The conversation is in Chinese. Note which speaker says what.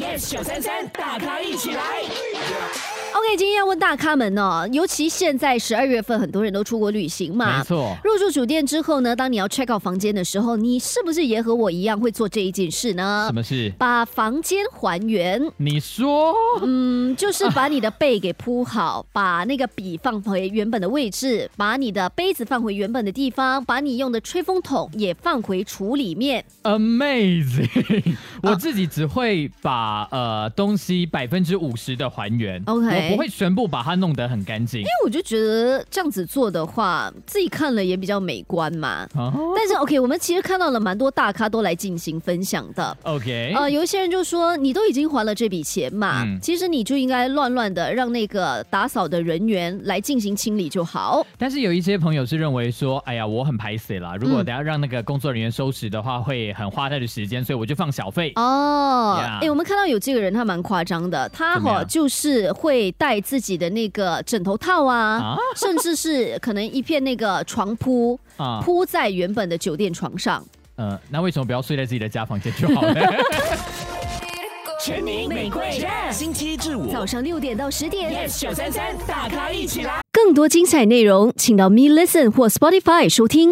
Speaker 1: yes 九三三，大咖一起来。
Speaker 2: OK，今天要问大咖们哦，尤其现在十二月份，很多人都出国旅行
Speaker 3: 没
Speaker 2: 嘛。
Speaker 3: 错，
Speaker 2: 入住酒店之后呢，当你要 check out 房间的时候，你是不是也和我一样会做这一件事呢
Speaker 3: 什？么事？
Speaker 2: 把房间还原，
Speaker 3: 你说
Speaker 2: 嗯，就是把你的被给铺 好，把那个笔放回原本的位置，把你的杯子放回原本的地方，把你用的吹风筒也放回橱里面。
Speaker 3: amazing！我自己只会把呃东西百分之五十的还原
Speaker 2: OK
Speaker 3: 我不会全部把它弄得很干净。
Speaker 2: 因为我就觉得这样子做的话，自己看了也比较美观嘛。
Speaker 3: 啊
Speaker 2: 但是 OK，我们其实看到了蛮多大咖都来进行分享的。
Speaker 3: OK，
Speaker 2: 呃，有一些人就说你都已经还了这笔钱嘛，
Speaker 3: 嗯
Speaker 2: 其实你就应该乱乱的让那个打扫的人员来进行清理就好。
Speaker 3: 但是有一些朋友是认为说，哎呀，我很排斥啦，如
Speaker 2: 嗯
Speaker 3: 果等下让那个工作人员收拾的话，会很花他的时间，所以我就放小费。
Speaker 2: 哦，哎
Speaker 3: Yeah
Speaker 2: 我们看到有这个人，他蛮夸张的，他
Speaker 3: 怎么
Speaker 2: 哈
Speaker 3: 样
Speaker 2: 就是会带自己的那个枕头套啊，
Speaker 3: 啊
Speaker 2: 甚至是可能一片那个床铺
Speaker 3: 啊，
Speaker 2: 铺在原本的酒店床上。
Speaker 3: 嗯、那为什么不要睡在自己的家房间就好了？
Speaker 1: 全民玫瑰 yes
Speaker 4: 星期一至五
Speaker 2: 早上六点到十点
Speaker 1: yes 九三三，大咖一起来。
Speaker 2: 更多精彩内容，请到 Me Listen 或 Spotify 收听。